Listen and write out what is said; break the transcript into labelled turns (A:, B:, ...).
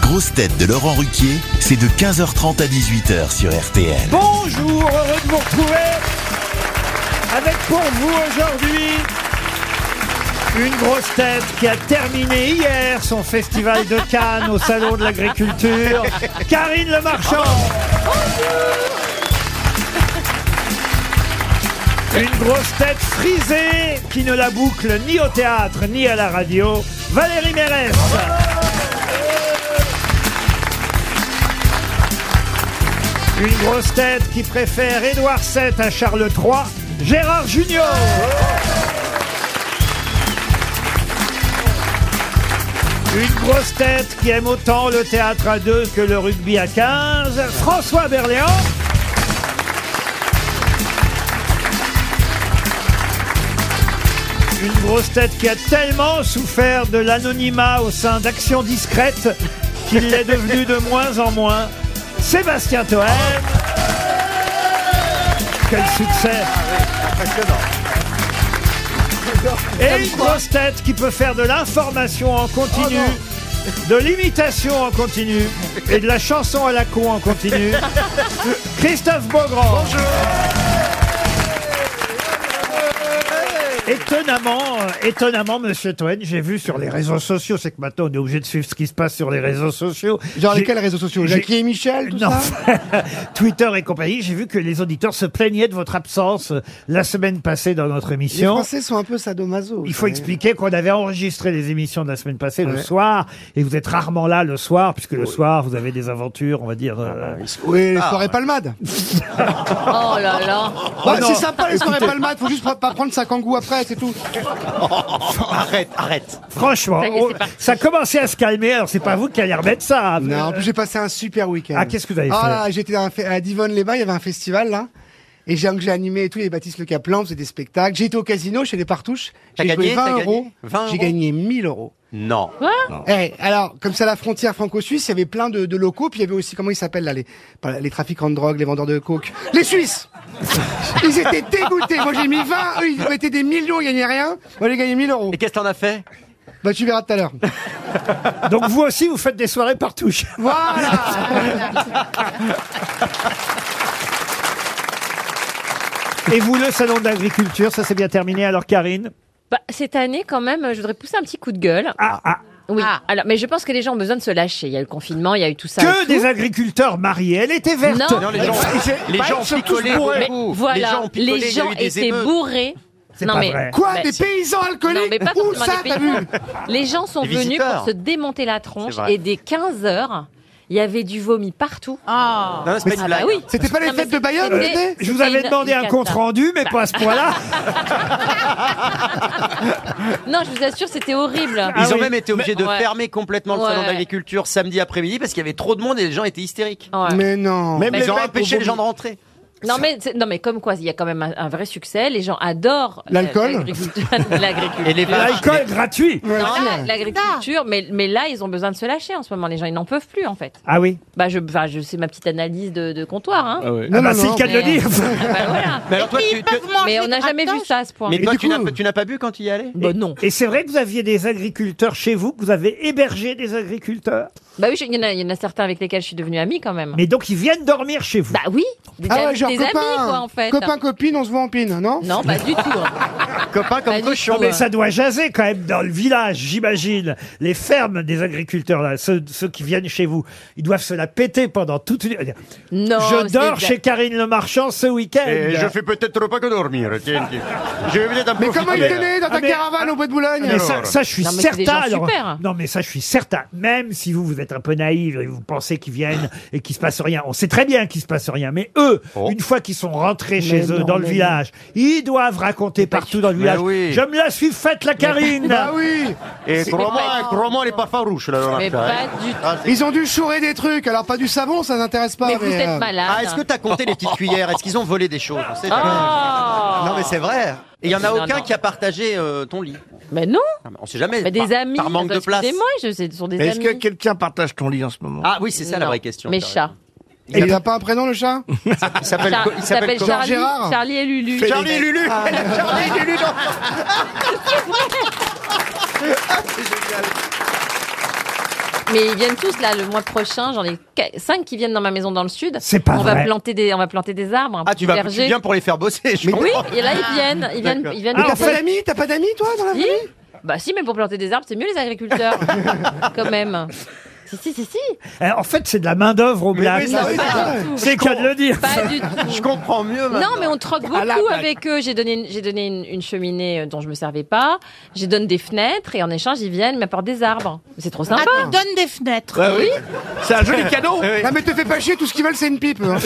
A: grosses têtes de Laurent Ruquier, c'est de 15h30 à 18h sur RTL.
B: Bonjour, heureux de vous retrouver avec pour vous aujourd'hui une grosse tête qui a terminé hier son festival de Cannes au Salon de l'Agriculture, Karine Le Marchand. Une grosse tête frisée qui ne la boucle ni au théâtre ni à la radio, Valérie Mérès. Une grosse tête qui préfère Édouard VII à Charles III, Gérard Junior. Une grosse tête qui aime autant le théâtre à deux que le rugby à 15, François Berléand. Une grosse tête qui a tellement souffert de l'anonymat au sein d'actions discrètes qu'il l'est devenu de moins en moins, Sébastien Toen. Quel succès Et une grosse tête qui peut faire de l'information en continu, de l'imitation en continu et de la chanson à la con en continu. Christophe Beaugrand. Étonnamment, euh, étonnamment, Monsieur Toen, j'ai vu sur les réseaux sociaux, c'est que maintenant on est obligé de suivre ce qui se passe sur les réseaux sociaux.
C: Genre
B: J'ai-
C: lesquels réseaux sociaux
B: j'ai-
C: Jackie et Michel, tout
B: Non,
C: ça
B: Twitter et compagnie, j'ai vu que les auditeurs se plaignaient de votre absence euh, la semaine passée dans notre
C: Les
B: émission.
C: Français sont un peu sadomaso.
B: Il faut
C: Ouais.
B: expliquer qu'on avait enregistré les émissions de la semaine passée le
C: Ouais.
B: soir, et vous êtes rarement là le soir, puisque le soir vous avez des aventures, on va dire. euh,
C: Ah, bah Oui,
D: Ah,
C: les soirées palmades.
E: Oh là là
C: Bah, c'est sympa les soirées palmades, faut juste pas, pas prendre sa kangou après, c'est tout.
B: Franchement,
E: Ça y est,
B: on-
E: c'est parti.
B: ça commençait à se calmer. Alors c'est pas vous qui allez remettre ça. hein,
C: Non, en
B: mais-
C: plus j'ai passé un super week-end.
B: Ah, qu'est-ce que vous avez
C: Ah
B: fait
C: là, j'étais dans un fe- à Divonne-les-Bains, il y avait un festival là. Et j'ai j'ai animé et tout, les Baptiste Le Caplan, faisait des spectacles. J'ai été au casino chez les Partouches.
D: T'as
C: J'ai joué
D: gagné, t'as
C: 20
D: gagné
C: euros.
D: 20
C: J'ai
D: euros
C: gagné 1000 euros.
D: Non.
C: Eh, alors, comme ça, la frontière franco-suisse, il y avait plein de, de locaux, puis il y avait aussi, comment ils s'appellent là, les, pas les trafiquants de drogue, les vendeurs de coke. Les Suisses Ils étaient dégoûtés. Moi, j'ai mis 20, eux, ils mettaient des millions, ils gagnaient rien. Moi, j'ai gagné 1000 euros.
D: Et qu'est-ce que t'en as fait
C: Bah, tu verras tout à l'heure.
B: Donc vous aussi vous faites des soirées partout.
C: Voilà
B: Et vous le salon de l'agriculture, ça s'est bien terminé. Alors Karine.
E: Bah, Cette année, quand même, je voudrais pousser un petit coup de gueule.
B: Ah, ah,
E: Oui. Alors, mais je pense que les gens ont besoin de se lâcher. Il y a eu le confinement, il y a eu tout ça.
B: que
E: et
B: des
E: tout.
B: agriculteurs mariés. Elle était verte.
E: Non. Non,
D: les gens- les gens ont picolé
E: Mais
D: beaucoup. Les
E: voilà,
D: gens ont
E: les
D: picolé, il y a
E: gens
D: eu des
E: étaient
D: émeutes.
E: bourrés.
B: C'est pas
E: mais
B: vrai.
C: Quoi
E: Bah,
C: Des
E: si.
C: paysans
E: Non, mais
C: alcooliques
E: pas
C: Où
E: forcément
C: ça,
E: des
C: t'as
E: paysans.
C: vu
E: Les gens sont
D: Les
E: venus
D: visiteurs.
E: pour se démonter la tronche
D: C'est vrai.
E: et dès 15 heures, il y avait du vomi partout. Ah,
D: Non, c'est pas une
E: bah
D: blague.
E: oui.
C: C'était pas les
E: Non, mais
C: fêtes de Bayonne,
E: c'était-
C: l'été
B: Je vous
E: c'était
B: avais
E: une- Bah.
B: demandé
E: une
B: un
E: cata.
B: compte rendu, mais pas à ce point-là.
E: Non, je vous assure, c'était horrible.
D: Ils ont
B: oui.
D: même été obligés de
E: Ah Ouais.
D: fermer complètement le salon
E: Ouais.
D: d'agriculture samedi après-midi parce qu'il y avait trop de monde et les gens étaient hystériques.
E: Ah Ouais.
C: Mais non
D: Même
E: Mais
D: ils ont
E: le fait
D: empêché
E: qu'on
D: les gens de rentrer.
E: Non mais, c'est- non mais comme quoi, il y a quand même un, un vrai succès. Les gens adorent euh,
C: L'alcool
E: l'agriculture. l'agriculture.
D: Et les vaches.
B: L'alcool est gratuit.
E: Non,
C: Ah
E: la- l'agriculture, mais, mais là, ils ont besoin de se lâcher en ce moment. Les gens, ils n'en peuvent plus, en fait.
B: Ah oui.
E: Bah, je, bah, je c'est ma petite analyse de, de comptoir. Hein.
B: Ah
C: Non,
B: bah,
C: non,
B: c'est
C: non.
B: le cas de le
E: Mais-
B: dire.
E: Ah bah, voilà.
D: Mais alors toi, tu, tu-
E: Mais on n'a jamais vu ça à ce point.
D: mais
C: Et
D: toi,
C: du
D: tu n'as
C: coup-
D: tu n'as pas bu quand tu y allais
E: Bah, non.
B: Et c'est vrai que vous aviez des agriculteurs chez vous, que vous avez hébergé des agriculteurs.
E: Bah oui, je- il y, en a- il y en a certains avec lesquels je suis devenue amie quand même.
B: Mais donc ils viennent dormir chez vous.
E: Bah oui, des,
C: Ah ouais,
E: amis,
C: genre
E: des amis, quoi,
C: copain
E: en fait.
C: Copain, copine, on se voit en pine, non
E: Non, pas du tout. hein.
D: Copain
E: Pas
D: comme
E: du
D: cochon.
E: tout,
B: Mais
E: hein.
B: ça doit jaser quand même dans le village, j'imagine. Les fermes des agriculteurs, là, ceux, ceux qui viennent chez vous, ils doivent se la péter pendant toute une...
E: Non,
B: je
E: c'est
B: dors
E: exact.
B: chez Karine Le Marchand ce week-end.
D: peut-être pas que dormir. Je vais peut-être
C: Mais comment ils tenaient dans ta
B: Ah, mais- ah,
C: caravane au bois de Boulogne
B: Mais ça,
D: alors
B: ça, je suis
E: Non, mais c'est des
B: certain.
E: gens
B: alors-
E: super.
B: Non, mais ça, je suis certain. Même si vous, vous êtes un peu naïf et vous pensez qu'ils viennent et qu'il se passe rien, on sait très bien qu'il se passe rien. Mais eux,
D: Oh.
B: une fois qu'ils sont rentrés chez
C: Mais
B: eux
C: non,
B: dans le
C: mais
B: village, ils doivent raconter partout dans le
D: Mais
B: village.
D: oui.
B: Je me la suis faite, la Karine.
C: Bah oui
D: Et
E: crois-moi- pas-
D: crois-moi, les parfums rouges. Là,
E: Mais pas du tout.
C: Ils ont dû chourer des trucs, alors pas du savon, ça n'intéresse pas.
E: Mais vous
C: euh,
E: êtes malade.
D: Ah, est-ce que t'as compté les petites cuillères Est-ce qu'ils ont volé des choses On sait jamais.
E: Oh
D: Non, mais c'est vrai. Et il y en a
E: Non,
D: aucun
E: non.
D: qui a partagé euh, ton lit.
E: Mais non,
D: Ah, mais On sait jamais.
E: mais Bah, des
D: par-
E: amis.
D: Par manque de place.
E: Excusez-moi, je- ce sont des
F: Est-ce
E: amis.
F: que quelqu'un partage ton lit en ce moment
D: Ah oui, c'est ça la
E: Non.
D: vraie question.
E: Mes
D: t'as raison.
E: chats.
C: Et il a pas un prénom le chat
D: Il s'appelle
E: Char-
D: co- il
E: il
D: s'appelle
E: s'appelle
D: comment
E: Charlie,
C: Gérard
E: Charlie et Lulu.
D: Charlie Lulu Charlie Lulu dans-
E: Mais ils viennent tous là le mois prochain. J'en ai 5 qui viennent dans ma maison dans le sud.
B: C'est pas
E: on
B: vrai.
E: Va planter des, on va planter des arbres. Un
D: Ah,
E: petit
D: tu vas tu
E: verger.
D: viens pour les faire bosser, je
C: Mais-
D: comprends.
E: Oui, et là ils viennent. Ils viennent,
D: D'accord.
E: ils viennent
C: Mais
B: Ah, en
C: t'as
E: planter-
C: pas
B: fait-
C: d'amis T'as pas d'amis, toi, dans la
E: Si
C: famille
E: Bah si, mais pour planter des arbres, c'est mieux les agriculteurs, quand même. Si, si, si, si.
B: Eh, En fait, c'est de la main-d'œuvre au black.
D: oui,
C: Ah
D: ça-
C: oui,
E: pas
C: d'accord.
E: du tout.
B: C'est qu'à de le dire.
E: Pas du
D: Je
E: tout.
D: comprends mieux maintenant.
E: Non, mais on troque
C: À la
E: beaucoup
C: plaque.
E: avec eux. J'ai donné, une- j'ai donné une, une cheminée euh, dont je me servais pas. J'ai donné des fenêtres et en échange, ils viennent m'apporter des arbres. C'est trop
C: Ah,
E: sympa.
G: Attends, donne des fenêtres.
D: Ouais, oui. C'est un joli cadeau.
C: Ah, Non, mais te fais pas chier, tout ce qu'ils veulent, c'est une pipe. hein.